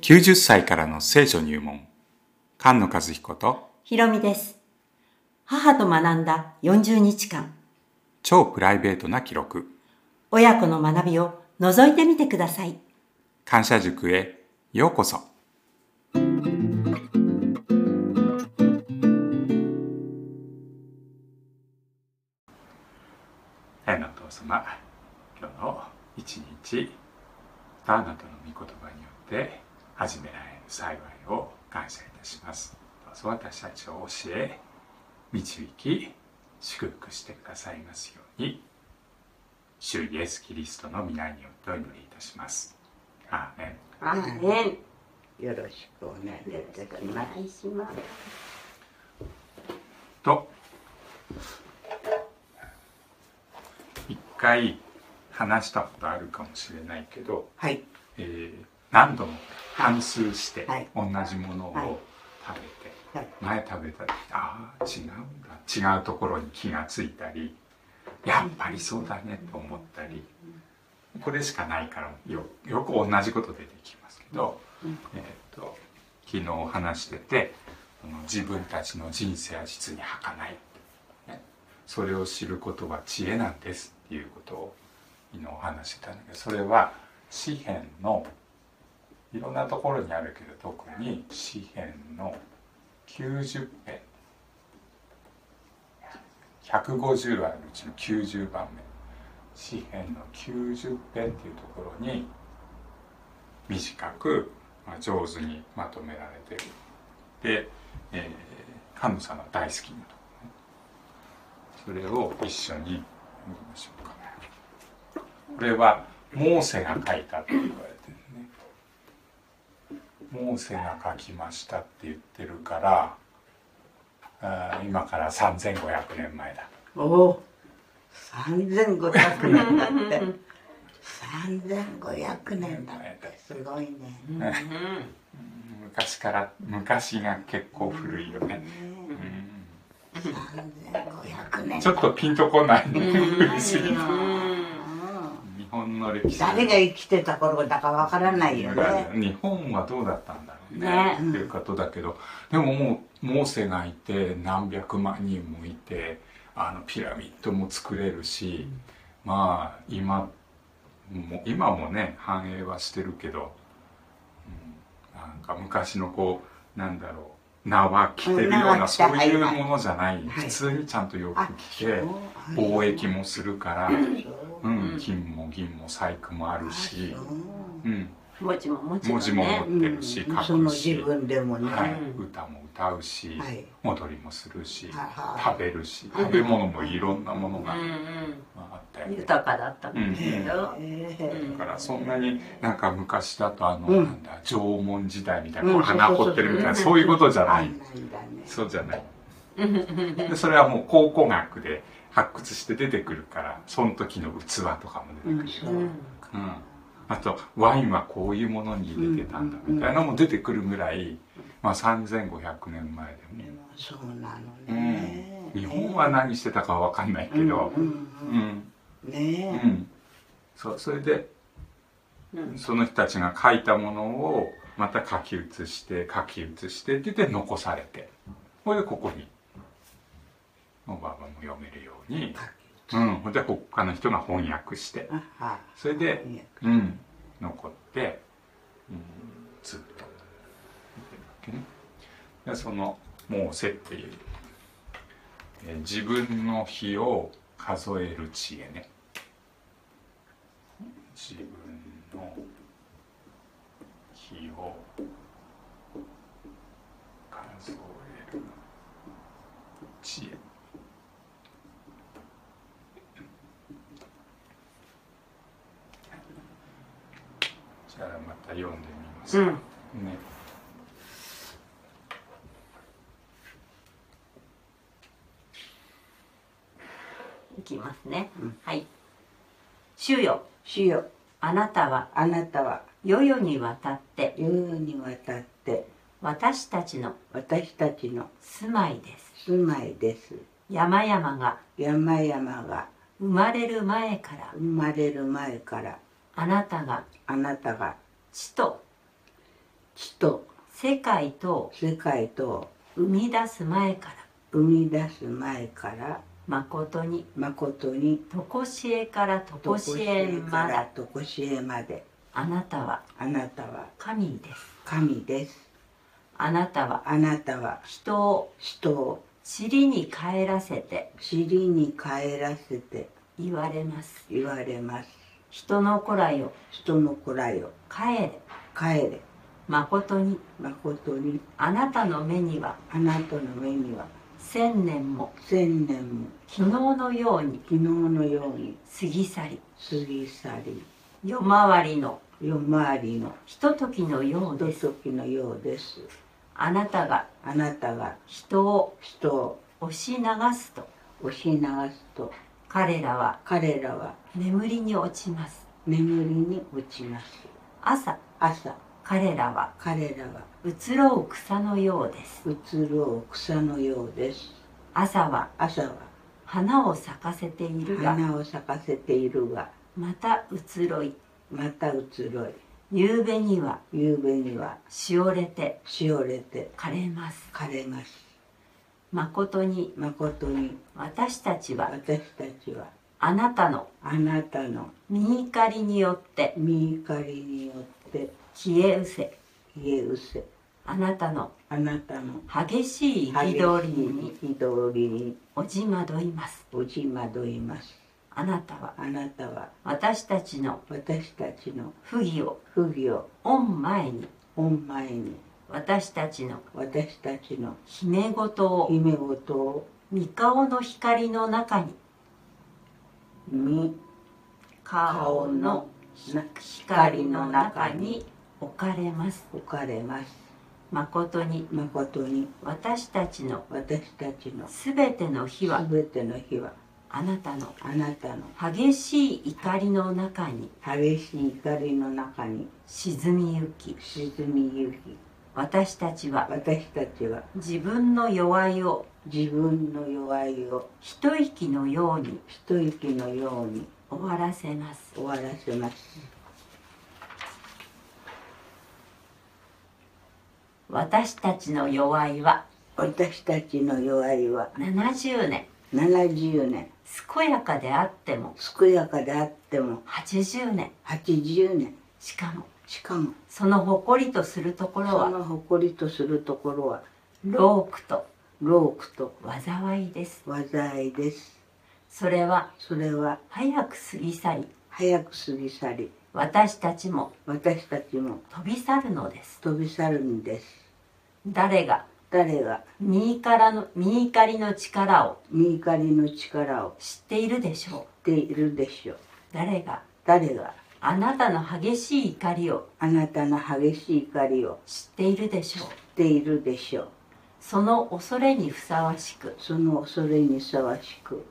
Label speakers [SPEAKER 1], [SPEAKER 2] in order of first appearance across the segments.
[SPEAKER 1] 90歳からの聖書入門菅野和彦と
[SPEAKER 2] ひろみです。母と学んだ40日間、
[SPEAKER 1] 超プライベートな記録
[SPEAKER 2] 親子の学びを覗いてみてください。
[SPEAKER 1] 感謝塾へようこそ天のお父様今日の一日あなたの御言葉によって始められる幸いを感謝いたしますどうぞ私たちを教え導き祝福してくださいますように主イエスキリストの皆によってお祈りいたしますアーメン
[SPEAKER 3] アーメン
[SPEAKER 4] よろしくお願いいたします。
[SPEAKER 3] いします。
[SPEAKER 1] と一回話したことあるかもしれないけど、
[SPEAKER 4] はい、
[SPEAKER 1] えー何度も反数して
[SPEAKER 4] はい
[SPEAKER 1] 同じもの
[SPEAKER 4] はい
[SPEAKER 1] を食べて、
[SPEAKER 4] はい
[SPEAKER 1] 前食べた時ああ違うんだ違うところに気がついたりやっぱりそうだねと思ったりこれしかないからよよく同じこと出てきますけど、えー、と昨日話しててその自分たちの人生は実に儚い、ね、それを知ることは知恵なんですっていうことを昨日話してたんだけどそれは詩篇のいろんなところにあるけど特に詩篇の90編150あるうちの90番目詩篇の90編っていうところに短く、まあ、上手にまとめられてるで、えー、神様の大好きなところねそれを一緒に読みましょうかこれはモーセが書いたと言われてるねモーセが書きましたって言ってるからあー今から3500年前だ
[SPEAKER 4] おお、三千五百年だって。三千五百年だってすごいね。
[SPEAKER 1] 昔から昔が結構古いよね、う
[SPEAKER 4] 三千五百年。
[SPEAKER 1] ん、ちょっとピンとこないね 古すぎて
[SPEAKER 4] うん
[SPEAKER 1] 日本の歴史
[SPEAKER 4] 誰が生きてた頃だかわからないよね。
[SPEAKER 1] 日本はどうだったんだろうね
[SPEAKER 2] ね
[SPEAKER 1] っていうことだけどでももうモーセがいて何百万人もいてあのピラミッドも作れるし、まあ今も今もね繁栄はしてるけど、うん、なんか昔のこうなんだろう縄着てるよう
[SPEAKER 4] うん
[SPEAKER 1] な
[SPEAKER 4] 縄着
[SPEAKER 1] そ
[SPEAKER 4] た
[SPEAKER 1] ういうものじゃない、
[SPEAKER 4] いはい
[SPEAKER 1] 普通にちゃんと洋
[SPEAKER 4] あ
[SPEAKER 1] 服着て貿易。もするから、
[SPEAKER 4] そう
[SPEAKER 1] うん、金も銀も細工もあるし
[SPEAKER 4] あ、そう
[SPEAKER 1] うん、
[SPEAKER 3] 文字も文字も
[SPEAKER 1] 文字も持
[SPEAKER 3] ね。
[SPEAKER 1] ってるし、
[SPEAKER 4] うん
[SPEAKER 1] 書
[SPEAKER 4] その
[SPEAKER 1] く
[SPEAKER 4] 自
[SPEAKER 1] し、
[SPEAKER 4] 分でもね。
[SPEAKER 1] は
[SPEAKER 4] はい
[SPEAKER 1] い、歌も歌うし、
[SPEAKER 4] はい
[SPEAKER 1] 踊りもするし、
[SPEAKER 4] は
[SPEAKER 1] 食べるし、食べ物もいろんなものが
[SPEAKER 3] う
[SPEAKER 1] ま
[SPEAKER 3] ん
[SPEAKER 1] ああったよ
[SPEAKER 3] うん。
[SPEAKER 1] ね。
[SPEAKER 3] 豊かだったんだけ
[SPEAKER 4] い。
[SPEAKER 3] ど。
[SPEAKER 4] え
[SPEAKER 3] う
[SPEAKER 4] え
[SPEAKER 1] だ
[SPEAKER 3] ん
[SPEAKER 1] からそんなになんか昔だとあの、
[SPEAKER 4] うん
[SPEAKER 1] なんだ縄文時代みたいな、
[SPEAKER 4] う
[SPEAKER 1] こうん花凝ってるみたいな
[SPEAKER 4] そう
[SPEAKER 1] そういうことじゃ
[SPEAKER 4] あ
[SPEAKER 1] ない、
[SPEAKER 4] んなんだね。
[SPEAKER 1] そうじゃない
[SPEAKER 3] うんうん
[SPEAKER 1] でそれはもう考古学で発掘して出てくるからその時の器とかも出てくるよ、
[SPEAKER 4] うん
[SPEAKER 3] うん
[SPEAKER 1] うん、あとワインはこういうものに入れてたんだみたいなのも出てくるぐらい、まあ、3500年前で
[SPEAKER 4] で
[SPEAKER 1] も、
[SPEAKER 4] もそうなの
[SPEAKER 1] う
[SPEAKER 4] ね
[SPEAKER 1] ん、。日本は何してたかわかんないけど、
[SPEAKER 4] う
[SPEAKER 1] う
[SPEAKER 4] ん
[SPEAKER 1] ん
[SPEAKER 4] うん
[SPEAKER 1] うん
[SPEAKER 4] うんねえ、
[SPEAKER 1] そうそれで
[SPEAKER 3] うん
[SPEAKER 1] その人たちが書いたものをまた書き写して書き写してって言って残されてそれでここにおばばも読めるように、うん、ほんで他の人が翻訳して
[SPEAKER 4] あは
[SPEAKER 1] それで
[SPEAKER 4] いや
[SPEAKER 1] うん、残って、うん、ずっと見てるわけねでそのモーセっていう、えー自分の日を数える知恵ね自分の日を数える知恵じゃあまた読んでみます
[SPEAKER 3] う
[SPEAKER 1] か
[SPEAKER 3] ん
[SPEAKER 1] ね。
[SPEAKER 3] いきますね
[SPEAKER 4] うん。
[SPEAKER 3] はい。主よ、
[SPEAKER 4] 主よ
[SPEAKER 3] あなたは
[SPEAKER 4] あなたは
[SPEAKER 3] 世々にわたって
[SPEAKER 4] 世々にわたって
[SPEAKER 3] 私たちの
[SPEAKER 4] 私たちの
[SPEAKER 3] 住まいです。
[SPEAKER 4] 住まいです
[SPEAKER 3] 山々が
[SPEAKER 4] 山々が
[SPEAKER 3] 生まれる前から
[SPEAKER 4] 生まれる前から
[SPEAKER 3] あなたが
[SPEAKER 4] あなたが
[SPEAKER 3] 地と
[SPEAKER 4] 地と
[SPEAKER 3] 世界と
[SPEAKER 4] 世界と
[SPEAKER 3] 生み出す前から
[SPEAKER 4] 生み出す前から
[SPEAKER 3] 誠に
[SPEAKER 4] 誠に
[SPEAKER 3] とこしえからとこしえま
[SPEAKER 4] から
[SPEAKER 3] で
[SPEAKER 4] とこしえまで
[SPEAKER 3] あなたは
[SPEAKER 4] あなたは
[SPEAKER 3] 神です
[SPEAKER 4] 神です
[SPEAKER 3] あなたは
[SPEAKER 4] あなたは
[SPEAKER 3] 人を
[SPEAKER 4] 人を
[SPEAKER 3] 塵に帰らせて
[SPEAKER 4] 尻に帰らせて
[SPEAKER 3] 言われます
[SPEAKER 4] 言われます
[SPEAKER 3] 人の子らよ
[SPEAKER 4] 人の子らよ
[SPEAKER 3] 帰れ
[SPEAKER 4] 帰れ
[SPEAKER 3] 誠に
[SPEAKER 4] 誠に
[SPEAKER 3] あなたの目には
[SPEAKER 4] あなたの目には
[SPEAKER 3] 千年も
[SPEAKER 4] 千年も
[SPEAKER 3] 昨日のように
[SPEAKER 4] 昨日のように
[SPEAKER 3] 過ぎ去り
[SPEAKER 4] 過ぎ去り
[SPEAKER 3] 夜回りの
[SPEAKER 4] 夜回りの
[SPEAKER 3] ひとときのよ
[SPEAKER 4] ひ
[SPEAKER 3] う
[SPEAKER 4] と
[SPEAKER 3] です
[SPEAKER 4] ときのようです
[SPEAKER 3] あなたが
[SPEAKER 4] あなたが
[SPEAKER 3] 人を
[SPEAKER 4] 人を
[SPEAKER 3] 押し流すと
[SPEAKER 4] 押し流すと
[SPEAKER 3] 彼らは
[SPEAKER 4] 彼らは
[SPEAKER 3] 眠りに落ちます
[SPEAKER 4] 眠りに落ちます
[SPEAKER 3] 朝
[SPEAKER 4] 朝
[SPEAKER 3] 彼らは
[SPEAKER 4] 彼らは
[SPEAKER 3] 移ろう草のようです
[SPEAKER 4] 移ろう草のようです
[SPEAKER 3] 朝は
[SPEAKER 4] 朝は
[SPEAKER 3] 花を咲かせているが
[SPEAKER 4] 花を咲かせているが
[SPEAKER 3] また移ろい
[SPEAKER 4] また移ろい
[SPEAKER 3] 夕べには
[SPEAKER 4] 夕べには
[SPEAKER 3] しおれて
[SPEAKER 4] しおれて
[SPEAKER 3] 枯れます
[SPEAKER 4] 枯れます
[SPEAKER 3] 誠に
[SPEAKER 4] 誠に
[SPEAKER 3] 私たちは
[SPEAKER 4] 私たちは
[SPEAKER 3] あなたの
[SPEAKER 4] あなたの
[SPEAKER 3] 身怒りによって
[SPEAKER 4] 身怒りによって
[SPEAKER 3] 消えうせ
[SPEAKER 4] 消えうせ
[SPEAKER 3] あなたの
[SPEAKER 4] あなたの
[SPEAKER 3] 激しい憤りに
[SPEAKER 4] 憤りに
[SPEAKER 3] おじまどいます
[SPEAKER 4] おじまどいます
[SPEAKER 3] あなたは
[SPEAKER 4] あなたは
[SPEAKER 3] 私たちの
[SPEAKER 4] 私たちの
[SPEAKER 3] 不義を
[SPEAKER 4] 不義を
[SPEAKER 3] 御前に
[SPEAKER 4] 御前に
[SPEAKER 3] 私たちの
[SPEAKER 4] 私たちの
[SPEAKER 3] 秘め事を
[SPEAKER 4] 姫事を
[SPEAKER 3] 三顔の光の中に
[SPEAKER 4] 見
[SPEAKER 3] 顔の光の中に置かれます
[SPEAKER 4] 置かれます
[SPEAKER 3] 誠に
[SPEAKER 4] 誠に
[SPEAKER 3] 私たちの
[SPEAKER 4] 私たちの
[SPEAKER 3] すべての日は
[SPEAKER 4] すべての日は
[SPEAKER 3] あなたの
[SPEAKER 4] あなたの
[SPEAKER 3] 激しい怒りの中に
[SPEAKER 4] 激しい怒りの中に
[SPEAKER 3] 沈みゆき
[SPEAKER 4] 沈みゆき
[SPEAKER 3] 私たちは
[SPEAKER 4] 私たちは
[SPEAKER 3] 自分の弱いを
[SPEAKER 4] 自分の弱いを
[SPEAKER 3] 一息のように
[SPEAKER 4] 一息のように
[SPEAKER 3] 終わらせます
[SPEAKER 4] 終わらせます
[SPEAKER 3] 私たちの弱いは
[SPEAKER 4] 私たちの弱いは
[SPEAKER 3] 70年
[SPEAKER 4] 70年
[SPEAKER 3] 健やかであっても
[SPEAKER 4] 健やかであっても
[SPEAKER 3] 80年
[SPEAKER 4] 80年
[SPEAKER 3] しかも
[SPEAKER 4] しかも
[SPEAKER 3] その誇りとするところ
[SPEAKER 4] そ
[SPEAKER 3] は
[SPEAKER 4] の誇りとするところは
[SPEAKER 3] 老苦と
[SPEAKER 4] 老苦と
[SPEAKER 3] 災いです
[SPEAKER 4] 災いです
[SPEAKER 3] それは
[SPEAKER 4] それは
[SPEAKER 3] 早く過ぎ去り
[SPEAKER 4] 早く過ぎ去り
[SPEAKER 3] 私たちも
[SPEAKER 4] 私たちも
[SPEAKER 3] 飛び去るのです
[SPEAKER 4] 飛び去るんです
[SPEAKER 3] 誰が
[SPEAKER 4] 誰が
[SPEAKER 3] 身からの身怒りの力を
[SPEAKER 4] 身怒りの力を
[SPEAKER 3] 知っているでしょ
[SPEAKER 4] 知っているでしょう
[SPEAKER 3] う誰が
[SPEAKER 4] 誰が
[SPEAKER 3] あなたの激しい怒りを
[SPEAKER 4] あなたの激しい怒りを
[SPEAKER 3] 知っているでしょう
[SPEAKER 4] 知っているでしょう
[SPEAKER 3] その恐れにふさわしく
[SPEAKER 4] その恐れにふさわしく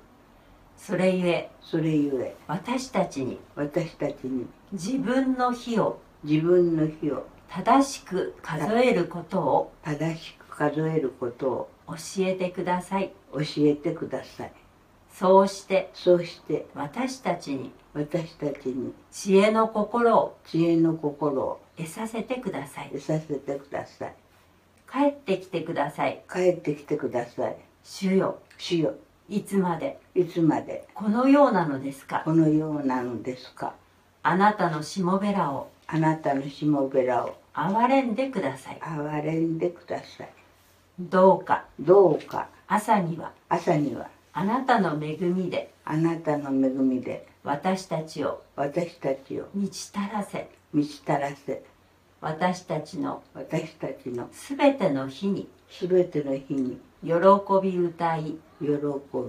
[SPEAKER 3] それゆえ
[SPEAKER 4] それゆえ
[SPEAKER 3] 私たちに
[SPEAKER 4] 私たちに
[SPEAKER 3] 自分の日を
[SPEAKER 4] 自分の日を
[SPEAKER 3] 正しく数えることを
[SPEAKER 4] 正しく数えることを
[SPEAKER 3] 教えてください
[SPEAKER 4] 教えてください
[SPEAKER 3] そうして
[SPEAKER 4] そうして
[SPEAKER 3] 私たちに
[SPEAKER 4] 私たちに
[SPEAKER 3] 知恵の心を
[SPEAKER 4] 知恵の心を
[SPEAKER 3] 得させてください
[SPEAKER 4] 得させてください
[SPEAKER 3] 帰ってきてください
[SPEAKER 4] 帰ってきてください
[SPEAKER 3] 主よ
[SPEAKER 4] 主よ
[SPEAKER 3] いつまで
[SPEAKER 4] いつまで
[SPEAKER 3] このようなのですか
[SPEAKER 4] このようなのですか
[SPEAKER 3] あなたのしもべらを
[SPEAKER 4] あなたのしもべらを
[SPEAKER 3] 憐れんでください
[SPEAKER 4] 憐れんでください
[SPEAKER 3] どうか
[SPEAKER 4] どうか
[SPEAKER 3] 朝には
[SPEAKER 4] 朝には
[SPEAKER 3] あなたの恵みで
[SPEAKER 4] あなたの恵みで
[SPEAKER 3] 私たちを
[SPEAKER 4] 私たちを
[SPEAKER 3] 満ち足らせ
[SPEAKER 4] 満ち足らせ
[SPEAKER 3] 私たちの
[SPEAKER 4] 私たちの
[SPEAKER 3] すべての日に
[SPEAKER 4] すべての日に
[SPEAKER 3] 喜び歌い
[SPEAKER 4] 喜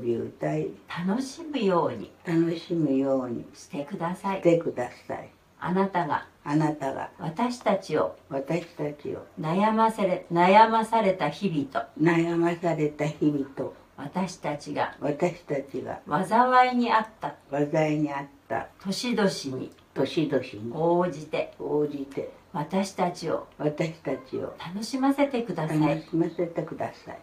[SPEAKER 4] び歌い
[SPEAKER 3] 楽しむように
[SPEAKER 4] 楽しむように
[SPEAKER 3] してくださ
[SPEAKER 4] し
[SPEAKER 3] い
[SPEAKER 4] てください
[SPEAKER 3] あなたが
[SPEAKER 4] あなたが
[SPEAKER 3] 私たちを
[SPEAKER 4] 私たちを
[SPEAKER 3] 悩ませれ悩まされた日々と
[SPEAKER 4] 悩まされた日々と
[SPEAKER 3] 私たちが
[SPEAKER 4] 私たちが
[SPEAKER 3] 災いにあった
[SPEAKER 4] 災いにあった
[SPEAKER 3] 年々に
[SPEAKER 4] 年々に
[SPEAKER 3] 応じて
[SPEAKER 4] 応じて
[SPEAKER 3] 私たちを
[SPEAKER 4] 私たちを
[SPEAKER 3] 楽しませてくだ
[SPEAKER 4] 楽
[SPEAKER 3] さい
[SPEAKER 4] しませてください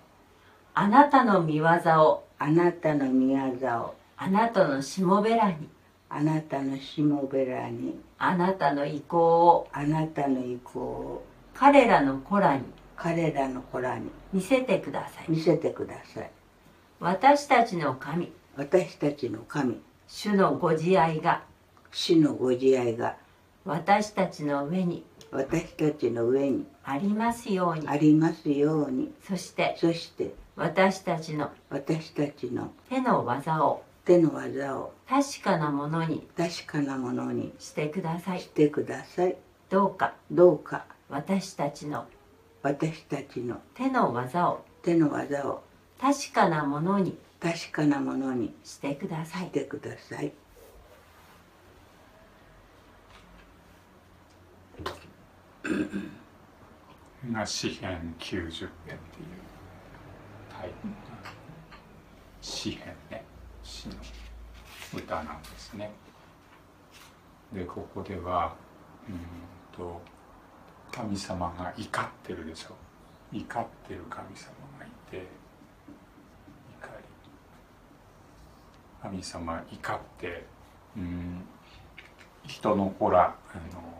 [SPEAKER 3] あなたの見業を
[SPEAKER 4] あなたの宮業を
[SPEAKER 3] あなたのしもべらに
[SPEAKER 4] あなたのしもべらに
[SPEAKER 3] あなたの意向を
[SPEAKER 4] あなたの意向を
[SPEAKER 3] 彼らの子らに
[SPEAKER 4] 彼らの子らに
[SPEAKER 3] 見せてください
[SPEAKER 4] 見せてください
[SPEAKER 3] 私たちの神
[SPEAKER 4] 私たちの神
[SPEAKER 3] 主のご自愛が
[SPEAKER 4] 死のご自愛が
[SPEAKER 3] 私たちの上に
[SPEAKER 4] 私たちの上に
[SPEAKER 3] ありますように
[SPEAKER 4] ありますように
[SPEAKER 3] そして
[SPEAKER 4] そして
[SPEAKER 3] 私たちの
[SPEAKER 4] 私たちの
[SPEAKER 3] 手の技を
[SPEAKER 4] 手の技を
[SPEAKER 3] 確かなものに
[SPEAKER 4] 確かなものに
[SPEAKER 3] してください
[SPEAKER 4] してください
[SPEAKER 3] どうか
[SPEAKER 4] どうか
[SPEAKER 3] 私たちの
[SPEAKER 4] 私たちの
[SPEAKER 3] 手の技を
[SPEAKER 4] 手の技を
[SPEAKER 3] 確かなものに
[SPEAKER 4] 確かなものに
[SPEAKER 3] してください
[SPEAKER 4] してください
[SPEAKER 1] が詩編90編っていうタイプの詩編ね詩の歌なんですね。でここではうーんと神様が怒ってるでしょ怒ってる神様がいて怒り神様怒ってうーん人の子らあの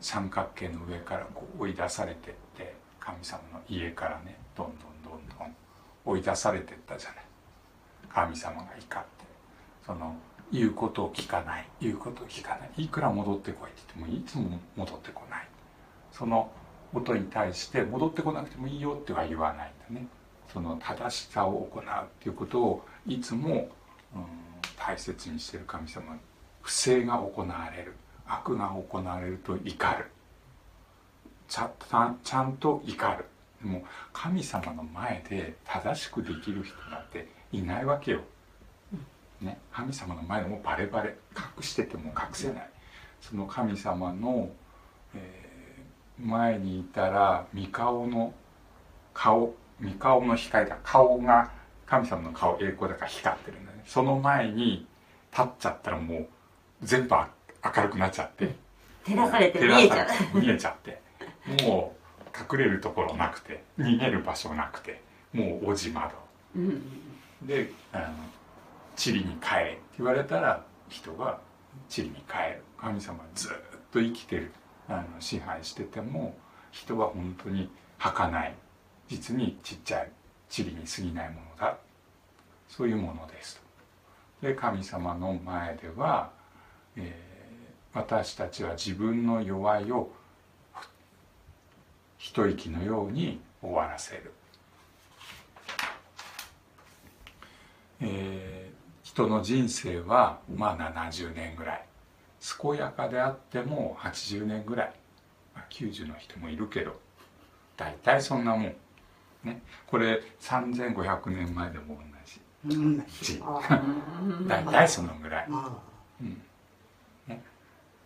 [SPEAKER 1] 三角形の上からこう追い出されてって神様の家からねどんどんどんどん追い出されてったじゃない神様が怒ってその言うことを聞かない言うことを聞かないいくら戻ってこいって言ってもいつも戻ってこないその音に対して戻ってこなくてもいいよっては言わないんだねその正しさを行うっていうことをいつも、うん、大切にしてる神様不正が行われる悪が行われると怒るちゃちゃんと怒るでも神様の前で正しくできる人なんていないわけよ、ね、神様の前でもうバレバレ隠してても隠せないその神様の、えー前にいたら三顔の顔三顔の光だ顔が神様の顔栄光だから光ってるんだねその前に立っちゃったらもう全部あ明るくなっちゃって
[SPEAKER 3] 照らされて見えちゃう
[SPEAKER 1] 見えちゃってもう隠れるところなくて逃げる場所なくてもうおじ窓
[SPEAKER 3] うん
[SPEAKER 1] であの地理に帰れって言われたら人が地理に帰る神様はずっと生きてるあの支配してても人は本当に儚い実にちっちゃい地理に過ぎないものだそういうものですで神様の前では、えー私たちは自分の弱いを一息のように終わらせるえー人の人生はまあ70年ぐらい健やかであっても80年ぐらい、まあ、90の人もいるけど大体そんなもん、ね、これ3500年前でも同
[SPEAKER 4] うん
[SPEAKER 1] じ
[SPEAKER 4] あ
[SPEAKER 1] 大体そのぐらい
[SPEAKER 4] あ、ま
[SPEAKER 1] うんね、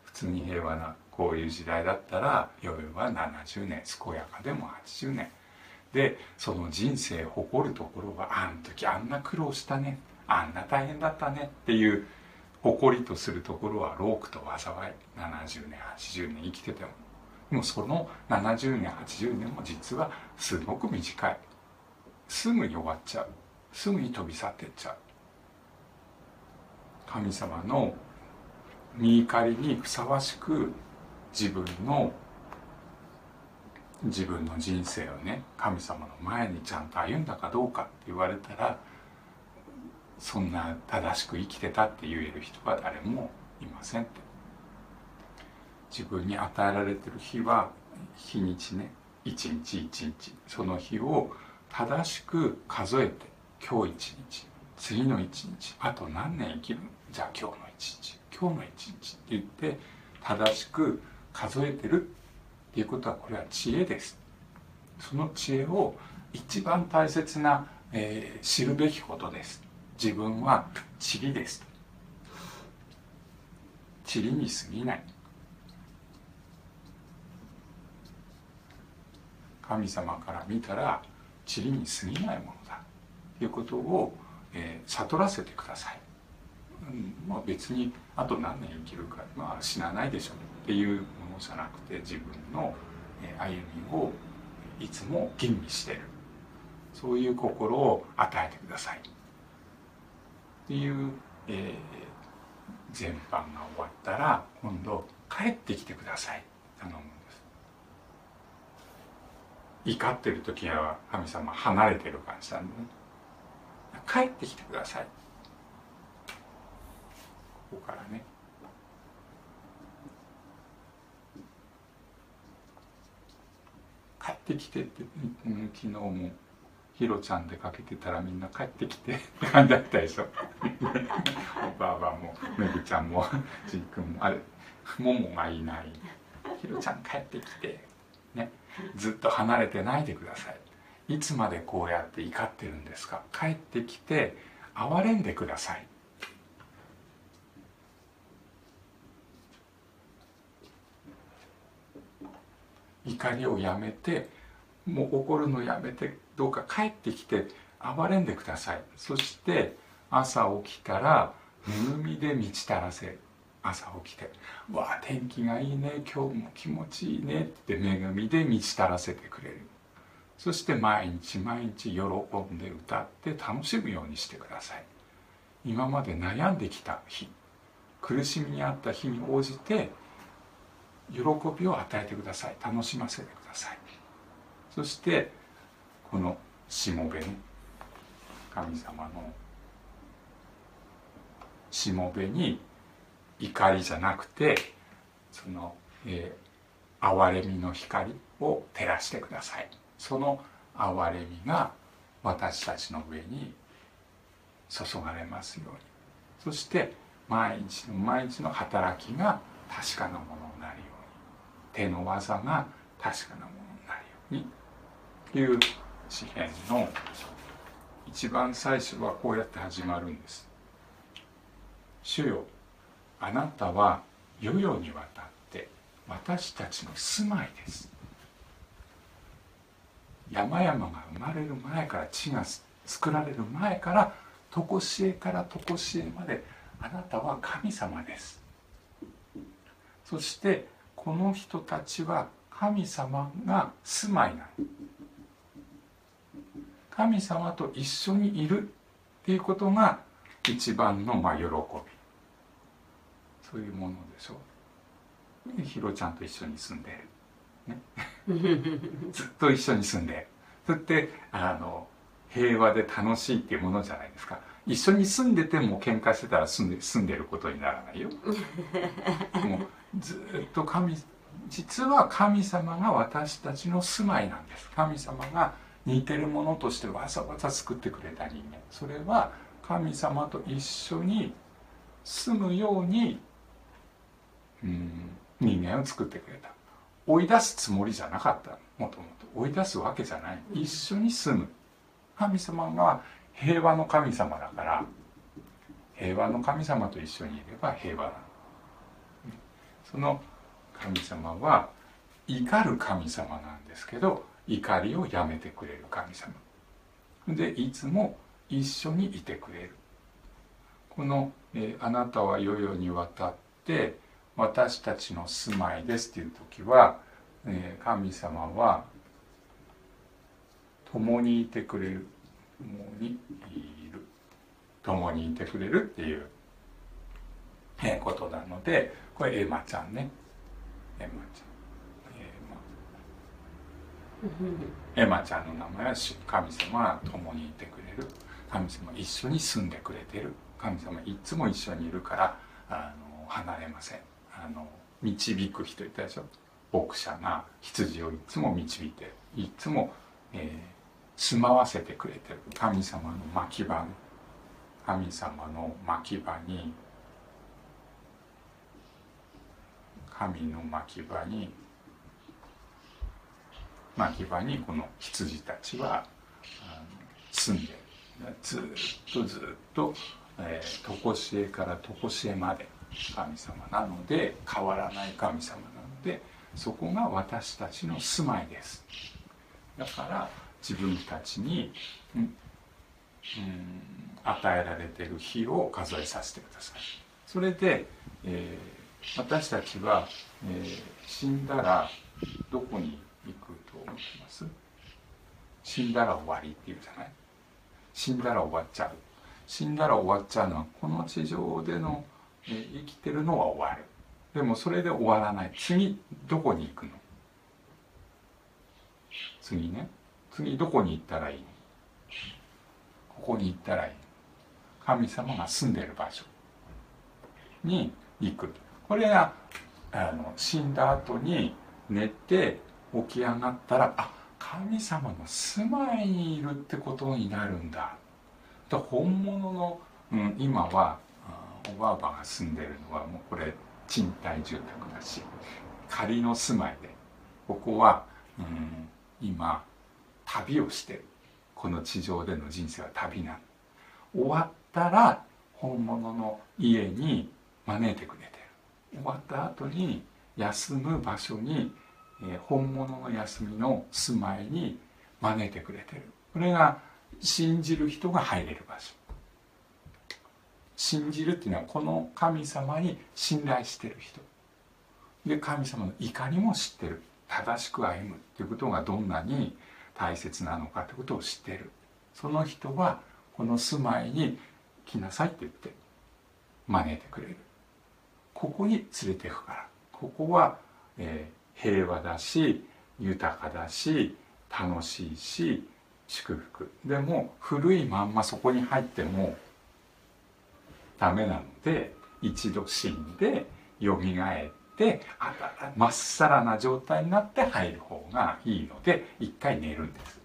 [SPEAKER 1] 普通に平和なこういう時代だったら余裕は70年健やかでも80年でその人生誇るところはあん時あんな苦労したねあんな大変だったねっていう誇りとするところはロークと災い70年80年生きててもでもその70年80年も実はすごく短いすぐに終わっちゃうすぐに飛び去ってっちゃう神様の見怒りにふさわしく自分の自分の人生をね神様の前にちゃんと歩んだかどうかって言われたらそんな正しく生きてたって言える人は誰もいませんって自分に与えられてる日は日にちね一日一日その日を正しく数えて今日一日次の一日あと何年生きるじゃあ今日の一日今日の一日って言って正しく数えてるっていうことはこれは知恵ですその知恵を一番大切な、えー知るべきことです自分は塵です塵に過ぎない神様から見たら塵に過ぎないものだということを、えー悟らせてください、うんまあ、別にあと何年生きるか、まあ、死なないでしょっていうものじゃなくて自分のえー歩みをいつも吟味してるそういう心を与えてくださいっていう、えー全般が終わったら今度帰ってきてくださいって頼むんです怒ってる時は神様離れてる感じなんでね帰ってきてくださいここからね帰ってきてって、うん昨日もひろちゃんでかけてたらみんな帰ってきてって感じだったでしょおばあばもめぐちゃんもじいくんもあれももがいないひろちゃん帰ってきてねずっと離れてないでくださいいつまでこうやって怒ってるんですか帰ってきて憐れんでください怒りをやめてもう怒るのやめてどうか帰ってきて暴れんでくださいそして朝起きたらぬるみで満ちたらせ朝起きて「わあ天気がいいね今日も気持ちいいね」って恵みで満ちたらせてくれるそして毎日毎日喜んで歌って楽しむようにしてください今まで悩んできた日苦しみにあった日に応じて喜びを与えてください楽しませてくださいそしてこのしもべね神様のしもべに怒りじゃなくてその、えー憐れみの光を照らしてくださいその憐れみが私たちの上に注がれますようにそして毎日の毎日の働きが確かなものになるように手の技が確かなものになるようにという詩篇の一番最初はこうやって始まるんです。主よあなたは世々にわたって私たちの住まいです山々が生まれる前から地が作られる前から常しえから常しえまであなたは神様ですそしてこの人たちは神様が住まいなの神様と一緒にいるっていうことが一番のまあ喜びそういうものでしょうでひろちゃんと一緒に住んでる、ね、ずっと一緒に住んでるそれってあの平和で楽しいっていうものじゃないですか一緒に住んでても喧嘩してたら住んで住んでることにならないよもうずっと神実は神様が私たちの住まいなんです神様が似てるものとしてわざわざ作ってくれた人間それは神様と一緒に住むようにうん人間を作ってくれた追い出すつもりじゃなかったもともと追い出すわけじゃない一緒に住む神様が平和の神様だから平和の神様と一緒にいれば平和なのその神様は怒る神様なんですけど怒りをやめてくれる神様でいつも一緒にいてくれるこの、えーあなたは世々にわたって私たちの住まいです」っていう時は、えー神様は共にいてくれる共にいる共にいてくれるっていう、えーことなのでこれエマちゃんねエマちゃんエマエマちゃんの名前は主神様は共にいてくれる神様は一緒に住んでくれてる神様はいつも一緒にいるからあの離れませんあの導く人いたでしょ牧者が羊をいつも導いていつも、えー住まわせてくれてる神様の牧場神様の牧場に神の牧場に牧場にこの羊たちはあの住んでずっとずっと、えー、常しえから常しえまで神様なので変わらない神様なのでそこが私たちの住まいですだから自分たちに、うんうん与えられてる日を数えさせてくださいそれで、えー私たちは、えー死んだらどこに行くと思います死んだら終わりっていうじゃない死んだら終わっちゃう死んだら終わっちゃうのはこの地上での、えー生きてるのは終わるでもそれで終わらない次どこに行くの次ね次どこに行ったらいいここに行ったらいい神様が住んでる場所に行くこれがあの死んだ後に寝て起き上がったらあ神様の住まいにいるってことになるんだと本物の、うん、今はあおばあばが住んでるのはもうこれ賃貸住宅だし仮の住まいでここは、うん、今旅をしてるこの地上での人生は旅なの終わったら本物の家に招いてくれてる終わった後に休む場所に、えー本物の休みの住まいに招いてくれてるこれが信じる人が入れる場所信じるっていうのはこの神様に信頼してる人で神様の怒りも知ってる正しく歩むっていうことがどんなに大切なのかってことを知ってるその人はこの住まいに来なさいって言って招いてくれるここに連れてくからここは、えー平和だし豊かだし楽しいし祝福でも古いまんまそこに入ってもダメなので一度死んで蘇ってあらまっさらな状態になって入る方がいいので一回寝るんです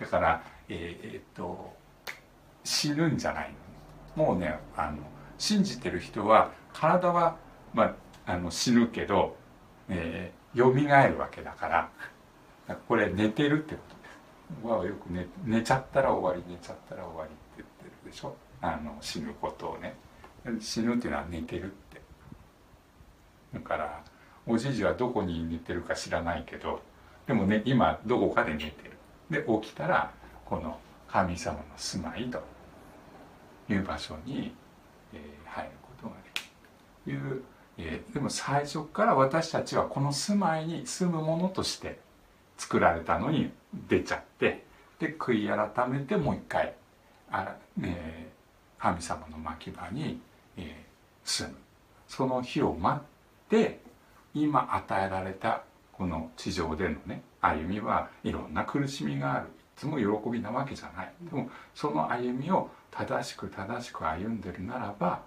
[SPEAKER 1] だから、えーえーっと死ぬんじゃないのもうねあの信じてる人は体は、まあ、あの死ぬけど、えー、蘇るわけだからだからこれ寝てるってことです。わあよく寝寝ちゃったら終わり寝ちゃったら終わりって言ってるでしょあの死ぬことをね死ぬっていうのは寝てるってだからおじいじはどこに寝てるか知らないけどでもね今どこかで寝てるで起きたらこの神様の住まいという場所に、えー入ることができるという、えーでも最初から私たちはこの住まいに住むものとして作られたのに出ちゃってで悔い改めてもう一回あら、えー神様の牧場に、えー住むその日を待って今与えられたこの地上でのね歩みはいろんな苦しみがあるいつも喜びなわけじゃないでもその歩みを正しく正しく歩んでるならば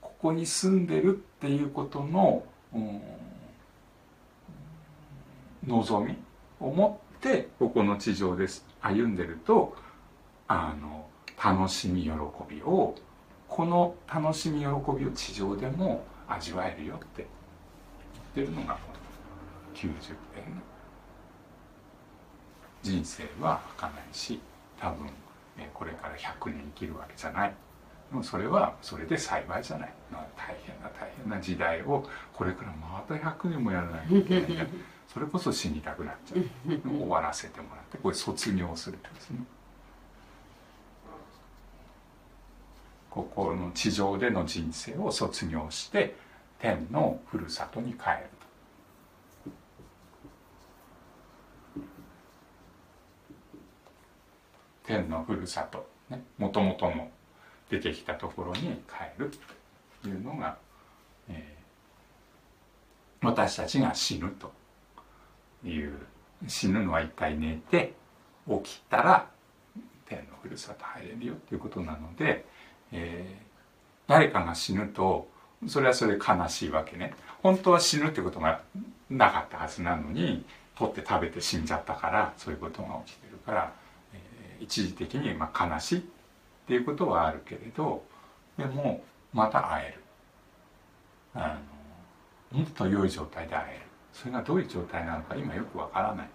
[SPEAKER 1] ここに住んでるっていうことの、うん望みを持ってここの地上です歩んでるとあの楽しみ喜びをこの楽しみ喜びを地上でも味わえるよって言ってるのがこの90円の人生は儚いし多分えーこれから100年生きるわけじゃないでもそれはそれで幸いじゃない、まあ、大変な大変な時代をこれからまた100年もやらないといけないんだそれこそ死にたくなっちゃう終わらせてもらってこれ卒業するってことですねここの地上での人生を卒業して天のふるさとに帰る天のふるさともともとの出てきたところに帰るというのが、えー私たちが死ぬという死ぬのは一回寝て起きたら天のふるさと入れるよということなので、えー誰かが死ぬとそれはそれで悲しいわけね本当は死ぬってことがなかったはずなのに取って食べて死んじゃったからそういうことが起きてるから、えー一時的にまあ悲しいっていうことはあるけれどでもまた会えるあのもっと良い状態で会えるそれがどういう状態なのか今よくわからない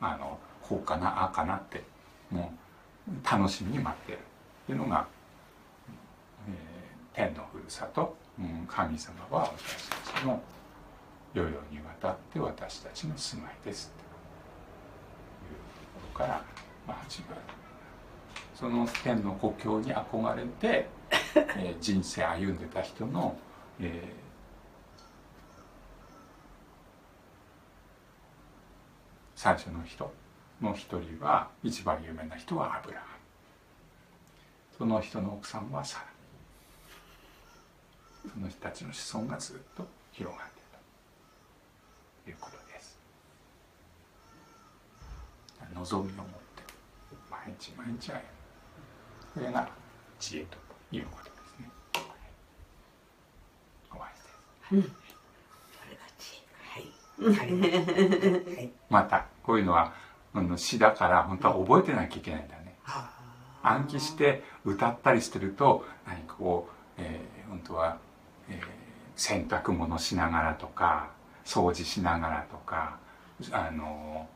[SPEAKER 1] あのこうかなああかなってもう楽しみに待ってるっていうのが、えー天のふるさと、うん神様は私たちの世々にわたって私たちの住まいですというところから、まあ、始まる。その天の故郷に憧れて、えー人生歩んでた人の、えー最初の人の一人は一番有名な人はアブラハムその人の奥さんはサラその人たちの子孫がずっと広がってたということです。望みを持って毎日毎日歩むそれが知恵ということですね終わりです
[SPEAKER 4] はい。ありがとうはい。
[SPEAKER 1] またこういうのはあの詩だから本当は覚えてなきゃいけないんだよね
[SPEAKER 4] あ
[SPEAKER 1] 暗記して歌ったりしてると何かこう、えー本当は、えー洗濯物しながらとか掃除しながらとかあの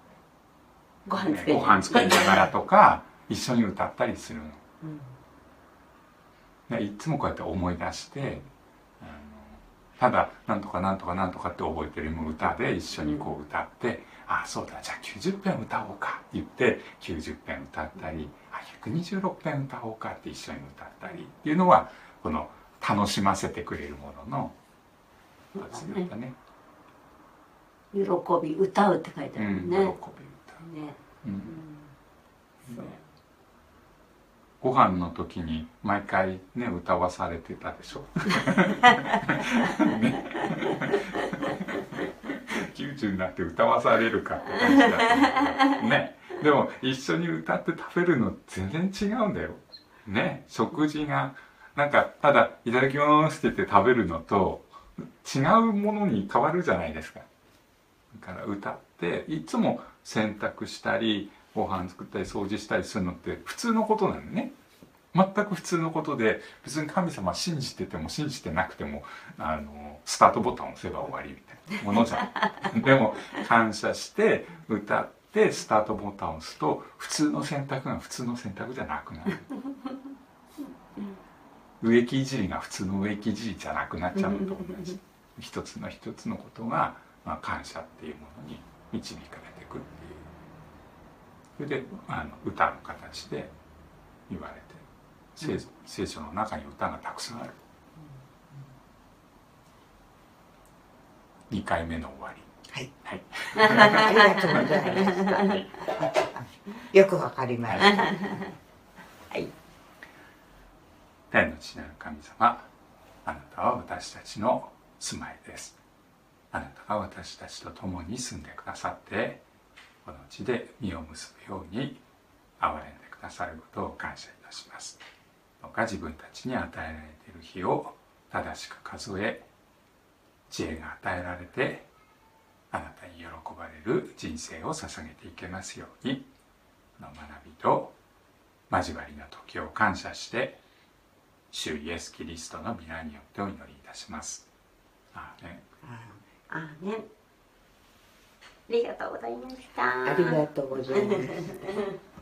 [SPEAKER 3] ご飯作
[SPEAKER 1] ご
[SPEAKER 3] る
[SPEAKER 1] 飯作りながらとか一緒に歌ったりするの。
[SPEAKER 3] うん
[SPEAKER 1] でいつもこうやって思い出してあのただなんとかなんとかなんとかって覚えてる歌で一緒にこう歌って「ああそうだじゃあ90編歌おうか」って言って90編歌ったり「あ126編歌おうか」って一緒に歌ったりっていうのはこの楽しませてくれるものの一つだったね
[SPEAKER 3] 喜び歌うって書いてあ
[SPEAKER 1] う
[SPEAKER 3] る
[SPEAKER 1] ん、喜び歌、
[SPEAKER 3] ねね、
[SPEAKER 1] う
[SPEAKER 3] うんん
[SPEAKER 1] そうご飯の時に毎回ね歌わされてたでしょ。 ね、90になって歌わされるかって感じだったんだけどね。でも一緒に歌って食べるの全然違うんだよ。ね食事がなんかただ「いただきます」って言って食べるのと違うものに変わるじゃないですか。だから歌っていつも洗濯したりご飯作ったり掃除したりするのって普通のことなのね全く普通のことで別に神様信じてても信じてなくてもあのスタートボタンを押せば終わりみたいなものじゃんでも感謝して歌ってスタートボタンを押すと普通の選択が普通の選択じゃなくなる植木いじりが普通の植木いじりじゃなくなっちゃうのと同じ一つの一つのことが、まあ、感謝っていうものに導かれていくっていうそれであの歌の形で言われて聖聖書の中に歌がたくさんある2回目の終わり
[SPEAKER 4] はい。
[SPEAKER 1] はい
[SPEAKER 4] ありがとうございま した。よくわかりました。
[SPEAKER 1] 天の父なる神様あなたは私たちの住まいですあなたが私たちと共に住んでくださってこの地で実を結ぶように憐れんでくださることを感謝いたしますどうか自分たちに与えられている日を正しく数え知恵が与えられてあなたに喜ばれる人生を捧げていけますようにこの学びと交わりの時を感謝して主イエス・キリストの皆によってお祈りいたします。アーメン
[SPEAKER 3] あーねありがとうございました
[SPEAKER 4] ありがとうございます。